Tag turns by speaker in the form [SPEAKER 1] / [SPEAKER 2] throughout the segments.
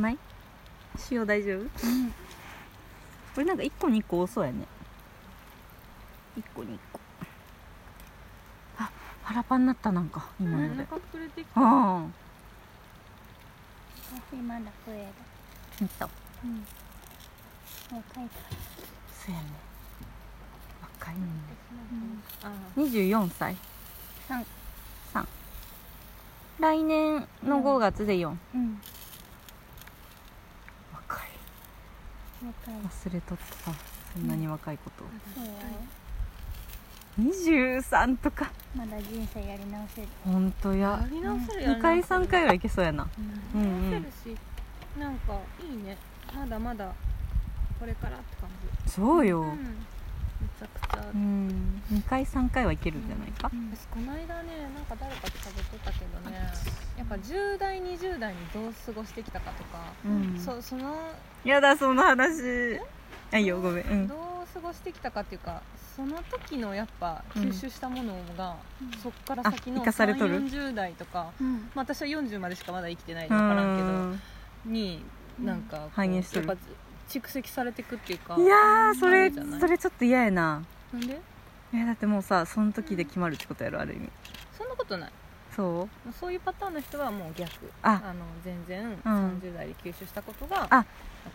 [SPEAKER 1] ない塩大丈夫これなんか1個2個多そうやね1個2個あ腹パンになったなんか
[SPEAKER 2] う
[SPEAKER 1] 今
[SPEAKER 2] ん、
[SPEAKER 1] ので、
[SPEAKER 2] お腹膨れてきた
[SPEAKER 1] ああ
[SPEAKER 3] 今だ食える
[SPEAKER 1] 見た
[SPEAKER 3] うんもう書いて
[SPEAKER 1] そうやね若いね
[SPEAKER 2] あ
[SPEAKER 1] 24歳
[SPEAKER 3] 三
[SPEAKER 1] 3来年の5月で4、
[SPEAKER 3] うんうん
[SPEAKER 1] 若い
[SPEAKER 3] もう書いて
[SPEAKER 1] 忘れとったそんなに若いこと、
[SPEAKER 3] そうよ
[SPEAKER 1] 23とか
[SPEAKER 3] まだ人生やり直せる
[SPEAKER 1] ほんと
[SPEAKER 2] あ
[SPEAKER 1] や
[SPEAKER 2] やり直せるや
[SPEAKER 1] 2回3回
[SPEAKER 2] や
[SPEAKER 1] はいけそうやなう
[SPEAKER 2] り
[SPEAKER 1] んう
[SPEAKER 2] 直せ
[SPEAKER 1] ん
[SPEAKER 2] るし、なんかいいねまだまだこれからって感じ
[SPEAKER 1] そうよ、
[SPEAKER 2] ん、めちゃくちゃ、
[SPEAKER 1] うん、2回3回はいけるんじゃないか、
[SPEAKER 2] 私この間ねなんか誰かと喋ってたけどねやっぱ10代20代にどう過ごしてきたかとか、
[SPEAKER 1] うん
[SPEAKER 2] そその
[SPEAKER 1] やだその話あいいよごめん、うん
[SPEAKER 2] どう過ごしてきたかっていうかその時のやっぱ
[SPEAKER 1] うん
[SPEAKER 2] 吸収したものが、
[SPEAKER 3] うん
[SPEAKER 2] そっから先の
[SPEAKER 1] あ生かされとる
[SPEAKER 2] 3 40代とか、
[SPEAKER 3] うん
[SPEAKER 2] まあ、私は40までしかまだ生きてないで
[SPEAKER 1] う
[SPEAKER 2] 分からんけど、
[SPEAKER 1] ん
[SPEAKER 2] になんかこう
[SPEAKER 1] 反映しとる
[SPEAKER 2] やっぱ蓄積されてくっていうか
[SPEAKER 1] いやーそ
[SPEAKER 2] あ
[SPEAKER 1] れ
[SPEAKER 2] るじゃない
[SPEAKER 1] それちょっと嫌やな
[SPEAKER 2] なんで
[SPEAKER 1] いやだってもうさその時で決まるってことやろある意味
[SPEAKER 2] そんなことない
[SPEAKER 1] そう
[SPEAKER 2] もうそういうパターンの人はもう逆
[SPEAKER 1] あ
[SPEAKER 2] の全然30代で吸収したことが、ま
[SPEAKER 1] あ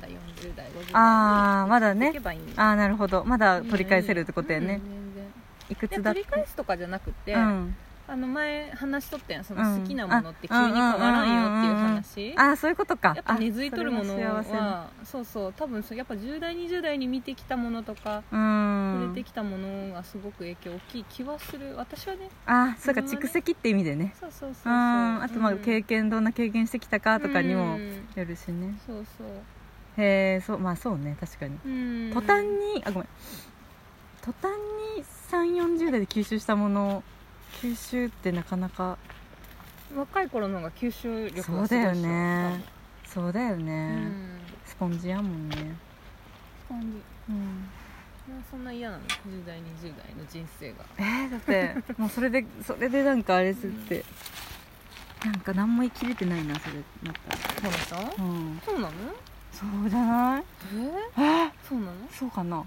[SPEAKER 2] た40代50代に
[SPEAKER 1] あーまだ
[SPEAKER 2] 行
[SPEAKER 1] ね
[SPEAKER 2] けばいいんだ
[SPEAKER 1] ああなるほどまだ取り返せるってことやね、
[SPEAKER 2] うん全然
[SPEAKER 1] いく
[SPEAKER 2] いや
[SPEAKER 1] つだって
[SPEAKER 2] 取り返すとかじゃなくて、
[SPEAKER 1] うん、
[SPEAKER 2] あの前話しとったやんそ
[SPEAKER 1] うん
[SPEAKER 2] の好きなものって急に変わらんよっていう話
[SPEAKER 1] ああそういうことか
[SPEAKER 2] やっぱ根付いとるも
[SPEAKER 1] あ
[SPEAKER 2] の
[SPEAKER 1] それは
[SPEAKER 2] は
[SPEAKER 1] 幸せだ
[SPEAKER 2] そうそう多分そうやっぱ10代20代に見てきたものとか
[SPEAKER 1] う
[SPEAKER 2] 触れ
[SPEAKER 1] ん
[SPEAKER 2] てきたものがすごく影響大きい気はする私はね
[SPEAKER 1] あそうか
[SPEAKER 2] 自分は
[SPEAKER 1] 蓄
[SPEAKER 2] ね
[SPEAKER 1] 積って意味でね
[SPEAKER 2] そうそうそうそう
[SPEAKER 1] ああとまあ経
[SPEAKER 2] 験
[SPEAKER 1] 験、どんな経験してきたかとかにも
[SPEAKER 2] うん
[SPEAKER 1] よるしね
[SPEAKER 2] そうそう
[SPEAKER 1] へえそうまあそうね確かに
[SPEAKER 2] うん
[SPEAKER 1] 途端にあごめん途端に3 4 0代で吸収したもの吸収ってなかなか
[SPEAKER 2] 若い頃の方が吸収力がすごい
[SPEAKER 1] そうだよね
[SPEAKER 2] でしょ
[SPEAKER 1] そうだよ
[SPEAKER 2] 多
[SPEAKER 1] ね、
[SPEAKER 2] 分
[SPEAKER 1] スポンジやもんね
[SPEAKER 3] スポンジ
[SPEAKER 1] うん
[SPEAKER 2] うんそんな嫌なの10代20代の人生が
[SPEAKER 1] えー、だって もうそれでそれでなんかあれすって、なんか何も生きれてないなそれなったら
[SPEAKER 2] ほらさ
[SPEAKER 1] うん
[SPEAKER 2] そうなの
[SPEAKER 1] そうじゃない
[SPEAKER 2] えー
[SPEAKER 1] あ
[SPEAKER 2] そうなの
[SPEAKER 1] そうかな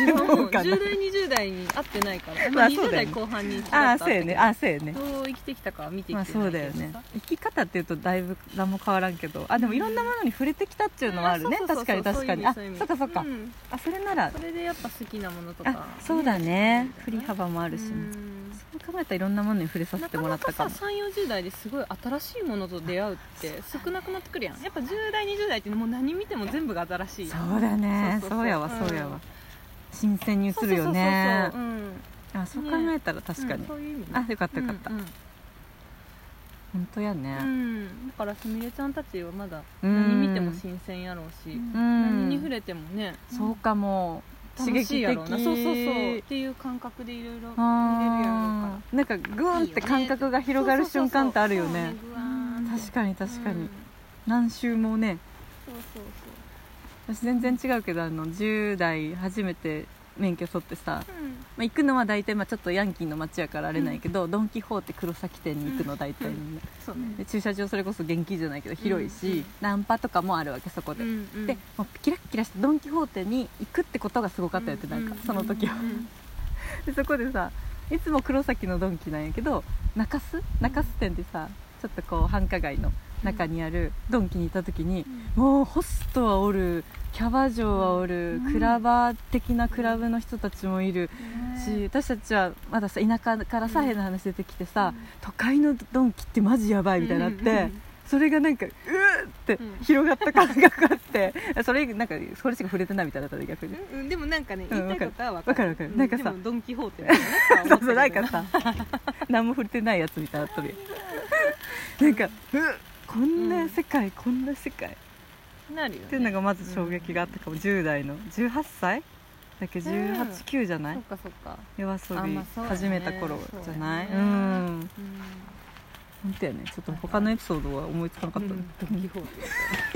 [SPEAKER 2] 違う
[SPEAKER 1] どうか
[SPEAKER 2] 10代
[SPEAKER 1] な
[SPEAKER 2] 20代に会ってないから、
[SPEAKER 1] ま
[SPEAKER 2] ま
[SPEAKER 1] あ
[SPEAKER 2] あ、
[SPEAKER 1] そう
[SPEAKER 2] 20
[SPEAKER 1] だよ
[SPEAKER 2] 代
[SPEAKER 1] ね
[SPEAKER 2] 後半に
[SPEAKER 1] ああそうやねああそうやね
[SPEAKER 2] どう生きてきたかは見てきて
[SPEAKER 1] ま
[SPEAKER 2] な
[SPEAKER 1] あ
[SPEAKER 2] いけど
[SPEAKER 1] そうだよね生き方っていうとだいぶ何も変わらんけどあでもいろんなものに触れてきたっていうのはあるね
[SPEAKER 2] うんそうそ
[SPEAKER 1] 確
[SPEAKER 2] うそ
[SPEAKER 1] か
[SPEAKER 2] う
[SPEAKER 1] に確かに
[SPEAKER 2] そ
[SPEAKER 1] あ
[SPEAKER 2] ういう意味
[SPEAKER 1] そっかそっか、
[SPEAKER 2] うん
[SPEAKER 1] あそれなら
[SPEAKER 2] それでやっぱ好きなものと
[SPEAKER 1] あ
[SPEAKER 2] か
[SPEAKER 1] そうだね振り
[SPEAKER 2] っ
[SPEAKER 1] 幅もあ
[SPEAKER 2] あ
[SPEAKER 1] るしねそう考えたらいろんなものに触れさせ
[SPEAKER 2] な
[SPEAKER 1] て
[SPEAKER 2] か
[SPEAKER 1] もら
[SPEAKER 2] な
[SPEAKER 1] った
[SPEAKER 2] か
[SPEAKER 1] か
[SPEAKER 2] さ
[SPEAKER 1] も
[SPEAKER 2] 3040代ですごい新しいものと出会うって少なくなってくるやんやっぱ10代20代ってもう何見ても全部が新しい
[SPEAKER 1] そうだね
[SPEAKER 2] そうそうそう
[SPEAKER 1] そうやわ
[SPEAKER 2] うん
[SPEAKER 1] そうやわ新鮮に映
[SPEAKER 2] そうそう
[SPEAKER 1] るよね
[SPEAKER 2] そうそううん
[SPEAKER 1] あそう考えたら確か
[SPEAKER 2] う
[SPEAKER 1] に
[SPEAKER 2] んそういう意味ね
[SPEAKER 1] あよかったよかった
[SPEAKER 2] うんうん
[SPEAKER 1] 本当や
[SPEAKER 2] う
[SPEAKER 1] ね
[SPEAKER 2] んだからすみれちゃんたちはまだ
[SPEAKER 1] うん
[SPEAKER 2] 何見ても新鮮やろうし、
[SPEAKER 3] うん
[SPEAKER 1] うん
[SPEAKER 2] 何に触れてもね
[SPEAKER 1] そうかも刺
[SPEAKER 2] 楽
[SPEAKER 1] 激
[SPEAKER 2] しい
[SPEAKER 1] 的
[SPEAKER 2] やろうなそうそうそうっていう感覚でいろいろ見れ
[SPEAKER 1] あ
[SPEAKER 2] るやろうか
[SPEAKER 1] ーなんかグーンって感覚が
[SPEAKER 2] ら
[SPEAKER 1] 広がる瞬間ってあるよね
[SPEAKER 2] そうそうそうそうねぐわーん
[SPEAKER 1] 確かに確か
[SPEAKER 2] う
[SPEAKER 1] に
[SPEAKER 2] ん
[SPEAKER 1] 何周もね
[SPEAKER 2] そうそう
[SPEAKER 1] 私全然違うけどあの10代初めて免許取ってさ、
[SPEAKER 2] そううん
[SPEAKER 1] まあ、行くのは大体まあちょっとヤンキーの街やからあれないけど、ドン・キホーテ黒崎店に行くの大体みんな、
[SPEAKER 2] そうね
[SPEAKER 1] で駐車場それこそ現金じゃないけど広いし、
[SPEAKER 2] うんうん
[SPEAKER 1] ナンパとかもあるわけそこで、
[SPEAKER 2] うんうん
[SPEAKER 1] でもうキラッキラしたドン・キホーテに行くってことがすごかったよってなんか、
[SPEAKER 2] うん
[SPEAKER 1] その時は、
[SPEAKER 2] うん
[SPEAKER 1] でそこでさいつも黒崎のドンキなんやけど中洲中洲店でさちょっとこう繁華街の中にあるドンキにいた時に、もうホストはおるキャバ嬢はおる、
[SPEAKER 3] うん
[SPEAKER 1] クラバー的なクラブの人たちもいるし、私たちはまださ田舎からさ
[SPEAKER 2] うん
[SPEAKER 1] 変な話出てきてさ、都会のドンキってマジやばいみたいになって、それがなんかうーって
[SPEAKER 2] うん
[SPEAKER 1] 広がった感覚があって、それなんかそれしか触れてないみたいだったで逆に。
[SPEAKER 2] うんうんでもなんかね
[SPEAKER 1] うん
[SPEAKER 2] 言いたいことはわ
[SPEAKER 1] わか
[SPEAKER 2] か
[SPEAKER 1] るわ
[SPEAKER 2] る
[SPEAKER 1] かる
[SPEAKER 2] う
[SPEAKER 1] なんかさ
[SPEAKER 2] でもドン・キホーテだよね
[SPEAKER 1] そうそうなんか さ何も触れてないやつみたいになっとるやんなんかうっこんな世界、こんな世界っ
[SPEAKER 2] なるよね
[SPEAKER 1] ていうのがまず衝撃があったかも、10代の18歳だっけ
[SPEAKER 2] うん
[SPEAKER 1] 189じゃない、
[SPEAKER 2] そっかそっか
[SPEAKER 1] 夜遊
[SPEAKER 2] あ
[SPEAKER 1] び
[SPEAKER 2] まあそうだね
[SPEAKER 1] 始めた頃じゃない、う
[SPEAKER 2] そうだね
[SPEAKER 1] ん
[SPEAKER 2] うん
[SPEAKER 1] 本当やねちょっと他のエピソードは思いつかなかった、
[SPEAKER 2] ドン・キホー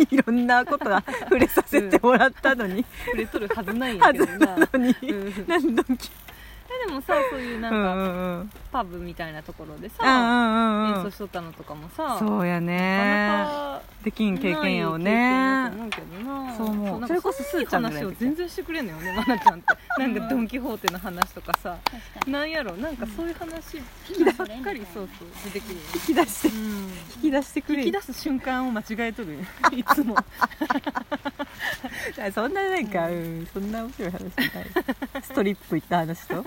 [SPEAKER 2] テ
[SPEAKER 1] いろんなことが触れさせてもらったのに、
[SPEAKER 2] 触れとるはずないんや
[SPEAKER 1] は
[SPEAKER 2] け
[SPEAKER 1] ず
[SPEAKER 2] どな
[SPEAKER 1] なのに、
[SPEAKER 2] うん
[SPEAKER 1] なん、何ドンキ
[SPEAKER 2] えでもさそういうな
[SPEAKER 1] う
[SPEAKER 2] んか、
[SPEAKER 1] んうんうん
[SPEAKER 2] パブみたいなところで
[SPEAKER 1] うん
[SPEAKER 2] さ、
[SPEAKER 1] うんうん
[SPEAKER 2] 演
[SPEAKER 1] う
[SPEAKER 2] 奏
[SPEAKER 1] ん
[SPEAKER 2] しとったのとかもさ
[SPEAKER 1] そうや
[SPEAKER 2] な
[SPEAKER 1] ね
[SPEAKER 2] か
[SPEAKER 1] でき
[SPEAKER 2] なんか
[SPEAKER 1] 経験やを
[SPEAKER 2] ない
[SPEAKER 1] ね
[SPEAKER 2] 経験やと思うけどな
[SPEAKER 1] そう思う
[SPEAKER 2] なんか
[SPEAKER 1] それこそスーちゃんぐらい
[SPEAKER 2] 話
[SPEAKER 1] の
[SPEAKER 2] を
[SPEAKER 1] 時
[SPEAKER 2] 全然してくれんのよねまなちゃ んってなんかドン・キホーテの話とかさ
[SPEAKER 3] 確かに
[SPEAKER 2] なんやろなんかそういう話
[SPEAKER 3] 今
[SPEAKER 2] ば
[SPEAKER 3] それ
[SPEAKER 2] っ
[SPEAKER 3] み
[SPEAKER 2] か
[SPEAKER 3] たい
[SPEAKER 2] り
[SPEAKER 3] な
[SPEAKER 2] そうそう出てくるよね
[SPEAKER 1] 引き出して引き出してく
[SPEAKER 2] 引
[SPEAKER 1] れ
[SPEAKER 2] き出す瞬間を間違えとる よいつも
[SPEAKER 1] あそんななんか、うん、そんな面白い話じゃないストリップ行った話 と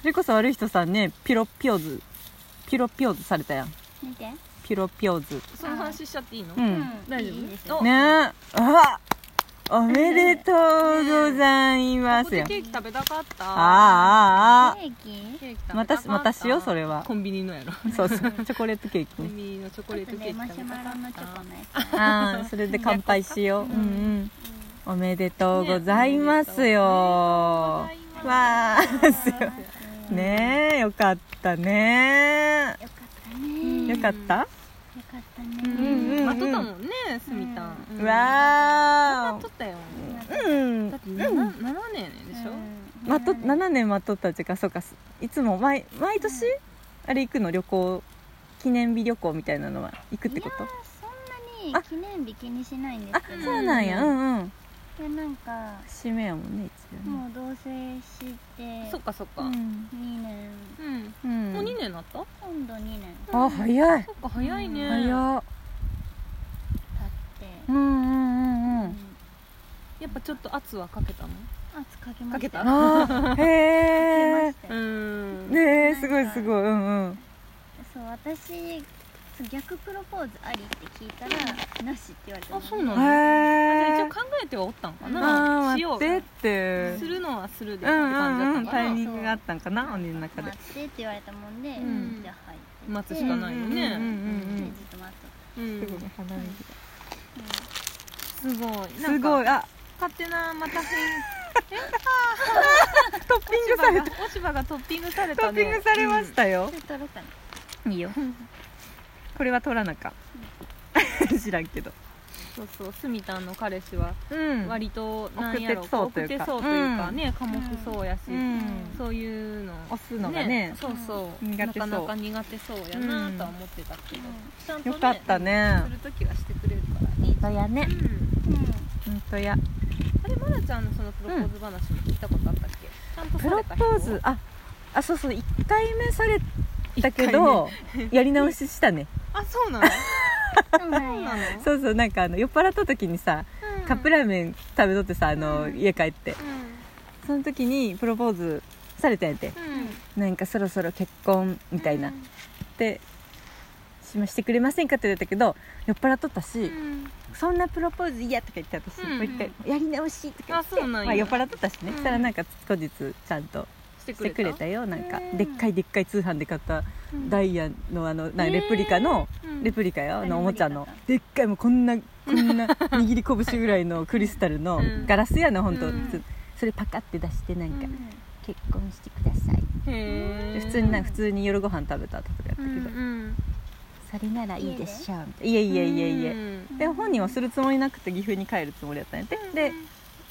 [SPEAKER 1] それこそ悪い人さんねピロピョズピロピョズされたやん
[SPEAKER 3] 見て
[SPEAKER 1] ピロピョズ
[SPEAKER 2] その話しちゃっていいの
[SPEAKER 1] う
[SPEAKER 3] うんん
[SPEAKER 2] 大丈夫
[SPEAKER 3] いいですよ
[SPEAKER 2] お
[SPEAKER 1] ねえあおめでとうござい
[SPEAKER 2] あ
[SPEAKER 1] ま
[SPEAKER 2] ポ
[SPEAKER 1] す
[SPEAKER 2] テ
[SPEAKER 1] よ
[SPEAKER 2] トケーキ食べたかった
[SPEAKER 1] あーあー
[SPEAKER 3] ケーキ
[SPEAKER 2] ケ
[SPEAKER 1] あ
[SPEAKER 2] ーキ食べた
[SPEAKER 1] ー
[SPEAKER 2] か
[SPEAKER 1] ま
[SPEAKER 2] った
[SPEAKER 1] たまたしようそれは
[SPEAKER 2] コンビニのやろ
[SPEAKER 1] そうそうチョコレートケーキ
[SPEAKER 2] コ
[SPEAKER 1] ね
[SPEAKER 2] ンビニのチョコ
[SPEAKER 3] ちょ
[SPEAKER 2] レ
[SPEAKER 3] っ
[SPEAKER 2] ー
[SPEAKER 3] と
[SPEAKER 2] トケー
[SPEAKER 3] ね
[SPEAKER 2] キ食
[SPEAKER 3] マシ
[SPEAKER 2] べ
[SPEAKER 3] ュ
[SPEAKER 2] た
[SPEAKER 3] マ
[SPEAKER 2] か
[SPEAKER 3] ロの
[SPEAKER 2] っ
[SPEAKER 3] チョコ
[SPEAKER 2] た
[SPEAKER 3] のや
[SPEAKER 1] ああそれで乾杯しよううんうんおめでとうございますよ、
[SPEAKER 2] ねおめでとうございます
[SPEAKER 1] わ
[SPEAKER 3] つ
[SPEAKER 1] あ
[SPEAKER 3] うん
[SPEAKER 1] ねえよかったね
[SPEAKER 3] よかったね
[SPEAKER 1] よかった、
[SPEAKER 3] よかった
[SPEAKER 2] う
[SPEAKER 3] ね
[SPEAKER 1] んうんうんん
[SPEAKER 2] まとったもんねすみたん
[SPEAKER 1] う
[SPEAKER 2] うん
[SPEAKER 1] わ
[SPEAKER 2] まとったよ
[SPEAKER 1] ーうん
[SPEAKER 2] だって 7, 7年でしょ、
[SPEAKER 1] まと
[SPEAKER 3] 七
[SPEAKER 1] 7年待っとったっていうかそうかすいつも毎毎年、
[SPEAKER 3] う
[SPEAKER 1] あれ行くの旅行記念日旅行みたいなのは行くってこと
[SPEAKER 3] そんなに記念日気にしないんです
[SPEAKER 1] あ
[SPEAKER 3] け
[SPEAKER 1] そ
[SPEAKER 3] ど
[SPEAKER 1] うなんやう
[SPEAKER 2] うん
[SPEAKER 1] うん
[SPEAKER 3] いやなんか
[SPEAKER 1] 節目やもんね一応ね
[SPEAKER 3] もう同棲して
[SPEAKER 2] そっかそっか
[SPEAKER 1] う
[SPEAKER 2] うん、
[SPEAKER 1] ん、
[SPEAKER 3] 2年
[SPEAKER 1] うん、
[SPEAKER 2] もう2年なった
[SPEAKER 3] 今度2年
[SPEAKER 1] あ早い
[SPEAKER 2] そっか早いね
[SPEAKER 1] 早っ
[SPEAKER 3] 経って
[SPEAKER 1] うんうんうんうん
[SPEAKER 2] やっぱちょっと圧はかけたの
[SPEAKER 3] 圧かけました
[SPEAKER 2] かけた
[SPEAKER 3] か
[SPEAKER 1] あー
[SPEAKER 3] け
[SPEAKER 1] へ
[SPEAKER 3] ま
[SPEAKER 1] え
[SPEAKER 3] したよ
[SPEAKER 2] うん
[SPEAKER 1] ね
[SPEAKER 3] な
[SPEAKER 1] え
[SPEAKER 3] んか
[SPEAKER 1] すごいすごいうんうん
[SPEAKER 3] そう私逆プロポーズありって聞いたらなしって言われたの
[SPEAKER 2] あそうな
[SPEAKER 1] へ
[SPEAKER 2] の、
[SPEAKER 1] え
[SPEAKER 2] じゃあ一応考えてはおったんか
[SPEAKER 1] あ
[SPEAKER 2] な
[SPEAKER 1] ー
[SPEAKER 2] しよう
[SPEAKER 1] 待ってって
[SPEAKER 2] するのはするでっ
[SPEAKER 1] う
[SPEAKER 2] て
[SPEAKER 1] んうんうん
[SPEAKER 2] 感じだった
[SPEAKER 1] タイ
[SPEAKER 2] んか
[SPEAKER 1] ミ
[SPEAKER 2] な
[SPEAKER 1] ングがあったんかな鬼の中で
[SPEAKER 3] 待ってって言われたもんで、
[SPEAKER 2] ん
[SPEAKER 3] じゃあ入って
[SPEAKER 2] 待つしかないよ
[SPEAKER 1] うん
[SPEAKER 2] ね
[SPEAKER 1] うん
[SPEAKER 3] で
[SPEAKER 1] うん
[SPEAKER 3] ず
[SPEAKER 1] うん
[SPEAKER 3] っと待っとっ
[SPEAKER 2] うん
[SPEAKER 1] 花火
[SPEAKER 2] すごい
[SPEAKER 1] すごいあ
[SPEAKER 2] 勝手なまた 変
[SPEAKER 1] トッピングされた
[SPEAKER 2] 落ち葉が落ち葉がトッピングされ
[SPEAKER 1] ト
[SPEAKER 2] た
[SPEAKER 1] ッピン
[SPEAKER 2] ね
[SPEAKER 1] グされましたよ
[SPEAKER 3] た、で取ろうかない
[SPEAKER 1] いよこれは取らなか 知らんけど
[SPEAKER 2] うんそうそうすみたんの彼氏は
[SPEAKER 1] うん
[SPEAKER 2] 割となんやろ
[SPEAKER 1] 送ってそうというか
[SPEAKER 2] 送ってそうというか
[SPEAKER 1] うん
[SPEAKER 2] ね科目そうやし、
[SPEAKER 1] うん
[SPEAKER 2] そういうの
[SPEAKER 1] 押すのがね
[SPEAKER 2] そうそう、
[SPEAKER 1] うん苦
[SPEAKER 2] な
[SPEAKER 1] 手そ
[SPEAKER 2] か
[SPEAKER 1] う
[SPEAKER 2] なか苦手そうやなとは思ってたけど、ちゃんと、ね、
[SPEAKER 1] よかったね
[SPEAKER 2] するときはしてくれるからいい、
[SPEAKER 1] 当やね
[SPEAKER 2] うん、
[SPEAKER 3] うん、
[SPEAKER 1] 本当や
[SPEAKER 2] あれまなちゃんのそのプロポーズ話も聞いたことあったっけ、ちゃんと
[SPEAKER 1] プ
[SPEAKER 2] さ
[SPEAKER 1] ロ
[SPEAKER 2] れ
[SPEAKER 1] ポ
[SPEAKER 2] た人
[SPEAKER 1] ーズああそうそう1回目されたけどやり直ししたね
[SPEAKER 2] あそうなの
[SPEAKER 3] そうなんや
[SPEAKER 1] そうそうなんかあの酔っ払った時にさカップ
[SPEAKER 2] ラ
[SPEAKER 1] ラーメン食べとってさあの
[SPEAKER 2] うん
[SPEAKER 1] 家帰ってその時にプロポーズされたんやて
[SPEAKER 2] うんうん
[SPEAKER 1] なんかそろそろ結婚みたいなってしましてくれませんかって言われたけど酔っ払っとったし、
[SPEAKER 2] うん
[SPEAKER 1] そんなプロポーズ嫌とか言って私、
[SPEAKER 2] うん
[SPEAKER 1] もう一回やり直しとか
[SPEAKER 2] あそうなんや
[SPEAKER 1] まあ、酔っ払っとったしね、
[SPEAKER 2] うん
[SPEAKER 1] そしたらなんか後日ちゃんと
[SPEAKER 2] して
[SPEAKER 1] してくれたよなんか、
[SPEAKER 3] うん
[SPEAKER 1] でっかいでっかい通販で買ったダイヤのあのな
[SPEAKER 2] えー
[SPEAKER 1] レプリカの、
[SPEAKER 2] うん
[SPEAKER 1] レプリカよあのおもちゃので
[SPEAKER 3] レ
[SPEAKER 1] っかいもうこんなこん な握り拳ぐらいのクリスタルの
[SPEAKER 2] うん
[SPEAKER 1] ガラスやのほんと、
[SPEAKER 2] うん
[SPEAKER 1] つそれパカって出してなんか、
[SPEAKER 2] うん
[SPEAKER 1] 結婚してください
[SPEAKER 2] へ
[SPEAKER 1] で
[SPEAKER 2] ー
[SPEAKER 1] 普通にな普通に夜ご飯食べた後とかやったけど、
[SPEAKER 2] うんうん
[SPEAKER 1] それならいいでしょうみたいないえいえいえいえ、
[SPEAKER 2] うん
[SPEAKER 1] で本人はするつもりなくて岐阜に帰るつもりだったんやって、で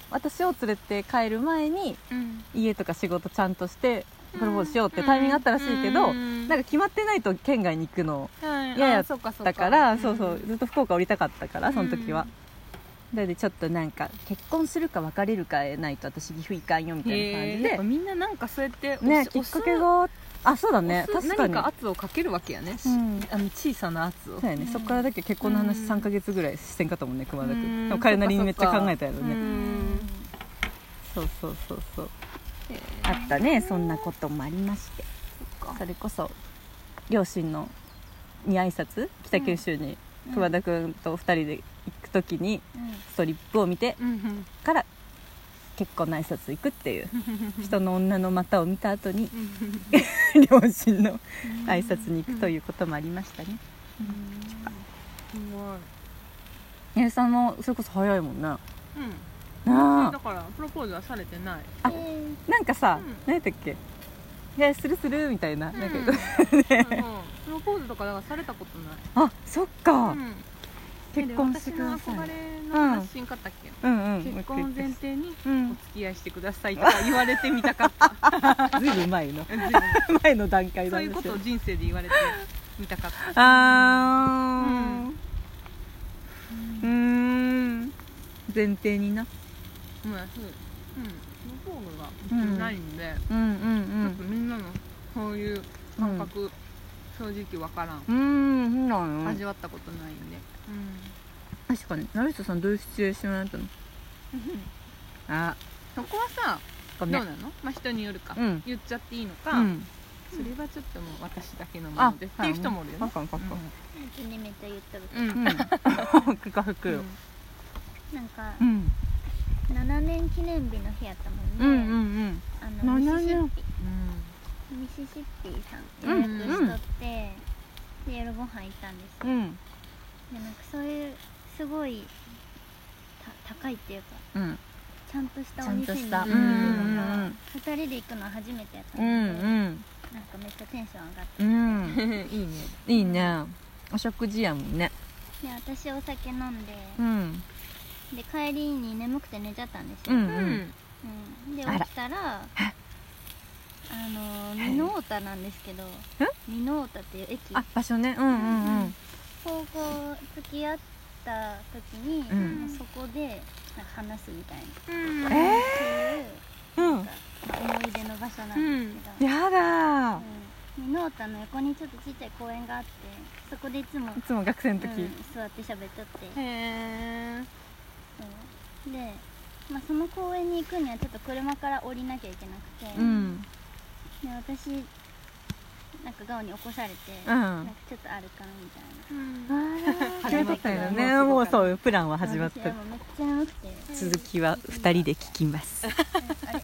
[SPEAKER 1] 私を連れて帰る前に
[SPEAKER 2] うん
[SPEAKER 1] 家とか仕事ちゃんとしてプロポーズしようってタイミングあったらしいけど、
[SPEAKER 2] うん
[SPEAKER 1] なんか決まってないと県外に行くの
[SPEAKER 2] はい
[SPEAKER 1] 嫌や
[SPEAKER 2] あそうかそう
[SPEAKER 1] だからそうそうずっと福岡降りたかったからその時は、なのでちょっとなんか結婚するか別れるかえないと私岐阜行かんよみたいな
[SPEAKER 2] へ
[SPEAKER 1] 感
[SPEAKER 2] ー
[SPEAKER 1] じ
[SPEAKER 2] やっぱ
[SPEAKER 1] で
[SPEAKER 2] みんななんかそうやって押
[SPEAKER 1] ね
[SPEAKER 2] し
[SPEAKER 1] きっかけ
[SPEAKER 2] 押
[SPEAKER 1] があそうだ
[SPEAKER 2] す
[SPEAKER 1] ね
[SPEAKER 2] 押す
[SPEAKER 1] 確かに
[SPEAKER 2] 何か圧をかけるわけやね
[SPEAKER 1] うん
[SPEAKER 2] あの小さな圧を
[SPEAKER 1] そうやね、
[SPEAKER 3] うん
[SPEAKER 1] そっからだけ結婚の話
[SPEAKER 2] うん
[SPEAKER 1] 3か月ぐらいしてんかったもんね熊田君、
[SPEAKER 2] うん
[SPEAKER 1] でも彼なりにめっちゃ考えたやろね、
[SPEAKER 2] うん
[SPEAKER 1] そうそうそうそう
[SPEAKER 2] へー
[SPEAKER 1] あったねそんなこともありまして
[SPEAKER 2] そっか
[SPEAKER 1] それこそ両親のに挨拶北九州に熊田君と2人で行く時にストリップを見て
[SPEAKER 2] うんうん
[SPEAKER 1] から結婚の挨拶行くっていう人の女の股を見た後 に両親の挨拶に行くということもありましたね
[SPEAKER 2] すご
[SPEAKER 1] 八
[SPEAKER 2] い
[SPEAKER 1] 重さんもそれこそ早いもんな
[SPEAKER 2] うん
[SPEAKER 1] な
[SPEAKER 2] だ
[SPEAKER 1] あ
[SPEAKER 2] からプロポーズはされてない
[SPEAKER 1] あなんかさ、
[SPEAKER 2] うん
[SPEAKER 1] 何やったっけ「いやするする」みたいな,、なんか
[SPEAKER 2] う
[SPEAKER 1] 言う
[SPEAKER 2] ん
[SPEAKER 1] と
[SPEAKER 2] うんプロポーズとかだからされたことない
[SPEAKER 1] あそっか、
[SPEAKER 2] うん
[SPEAKER 1] 結婚してください
[SPEAKER 2] で私の憧れなんか雑誌に買ったっけ、
[SPEAKER 1] うんうん
[SPEAKER 2] 結婚を前提に
[SPEAKER 1] う
[SPEAKER 2] お
[SPEAKER 1] ん
[SPEAKER 2] 付き合いしてくださいとか言われてみたかっ た、
[SPEAKER 1] ずいぶん前の
[SPEAKER 2] 全然
[SPEAKER 1] 前の段階
[SPEAKER 2] そ
[SPEAKER 1] な
[SPEAKER 2] うい
[SPEAKER 1] んで
[SPEAKER 2] うこ
[SPEAKER 1] す
[SPEAKER 2] と
[SPEAKER 1] よ
[SPEAKER 2] を人生で言われてみたかった
[SPEAKER 1] あーうー
[SPEAKER 3] うん
[SPEAKER 1] ん前提にな
[SPEAKER 2] うんそううん向こうがないんで、
[SPEAKER 1] うんうん
[SPEAKER 2] ちょっとみんなのそういう
[SPEAKER 1] うん
[SPEAKER 2] 感覚、正直わからん、
[SPEAKER 1] うんうんそうなの
[SPEAKER 2] 味わったことないんで、
[SPEAKER 1] 確かに成下さんどういうシチュエーションだったのあ
[SPEAKER 2] そこはさ
[SPEAKER 1] ご
[SPEAKER 2] どう
[SPEAKER 1] め
[SPEAKER 2] なんの、まあ、人によるか、
[SPEAKER 1] うん
[SPEAKER 2] 言っちゃっていいのか、
[SPEAKER 1] うん
[SPEAKER 2] それはちょっともう私だけのものでっていう人もおるよ
[SPEAKER 1] カ
[SPEAKER 2] ね
[SPEAKER 1] ッカンカッカン
[SPEAKER 3] うんでめっちゃ言っとるけ
[SPEAKER 2] う
[SPEAKER 3] ど
[SPEAKER 2] ん、うん
[SPEAKER 1] うん クカフクよ
[SPEAKER 3] なんか
[SPEAKER 1] うん
[SPEAKER 3] 7年記念日の日やったもん
[SPEAKER 1] う
[SPEAKER 3] ね、
[SPEAKER 1] んうん
[SPEAKER 3] あのミシシッ
[SPEAKER 1] 7
[SPEAKER 3] ピミシシッピさん予約しとって、で夜ご飯行ったんですよ、
[SPEAKER 1] うんうん
[SPEAKER 3] でなんかそういうすごいた高いっていうか
[SPEAKER 1] うん
[SPEAKER 3] ちゃんとした
[SPEAKER 1] ち
[SPEAKER 3] お
[SPEAKER 1] ゃん
[SPEAKER 3] 店
[SPEAKER 1] と
[SPEAKER 3] に
[SPEAKER 1] し
[SPEAKER 3] 行く
[SPEAKER 1] た
[SPEAKER 3] のが
[SPEAKER 1] うんんう
[SPEAKER 2] う
[SPEAKER 1] んん
[SPEAKER 3] 2人で行くのは初めてやったん
[SPEAKER 1] う
[SPEAKER 3] だけど、
[SPEAKER 1] ん
[SPEAKER 3] なんかめっちゃテンション上がって
[SPEAKER 1] うんうん
[SPEAKER 2] うん いいね
[SPEAKER 1] いいねお食事やもんね
[SPEAKER 3] で私お酒飲んで、
[SPEAKER 1] うん
[SPEAKER 3] で帰りに眠くて寝ちゃったんです
[SPEAKER 1] う
[SPEAKER 3] よ、
[SPEAKER 1] ん
[SPEAKER 2] う
[SPEAKER 1] うん
[SPEAKER 3] うんで
[SPEAKER 1] あら
[SPEAKER 3] 起き たらあのー美濃太なんですけど美濃太っていう駅
[SPEAKER 1] あ場所ねうんうんうん
[SPEAKER 3] 高校付き合った時に、
[SPEAKER 1] うん
[SPEAKER 3] そこでなんか話すみたいな
[SPEAKER 2] うん
[SPEAKER 1] え
[SPEAKER 3] っていう、
[SPEAKER 1] うん
[SPEAKER 3] なんかまあ思い出の場所なんですけど、
[SPEAKER 1] やだー
[SPEAKER 3] うん、美濃太の横にちょっとちっちゃい公園があってそこでいつも、
[SPEAKER 1] いつも学生の
[SPEAKER 3] うん、座
[SPEAKER 1] 時
[SPEAKER 3] って喋っとって、
[SPEAKER 2] へえ
[SPEAKER 3] そうで、まあ、その公園に行くにはちょっと車から降りなきゃいけなくて、
[SPEAKER 1] うん
[SPEAKER 3] で私なんかガオに起こされて、
[SPEAKER 1] う
[SPEAKER 3] なんか
[SPEAKER 1] ん
[SPEAKER 3] ちょっとあるかなみたいな
[SPEAKER 1] 始まったよね
[SPEAKER 2] 始
[SPEAKER 1] も
[SPEAKER 2] ま
[SPEAKER 1] う
[SPEAKER 2] ったよ
[SPEAKER 1] そういうプランは始まっ
[SPEAKER 3] 私は
[SPEAKER 1] た
[SPEAKER 3] もうめっちゃ眠くて
[SPEAKER 1] 続きは2人で聞きます
[SPEAKER 3] あれ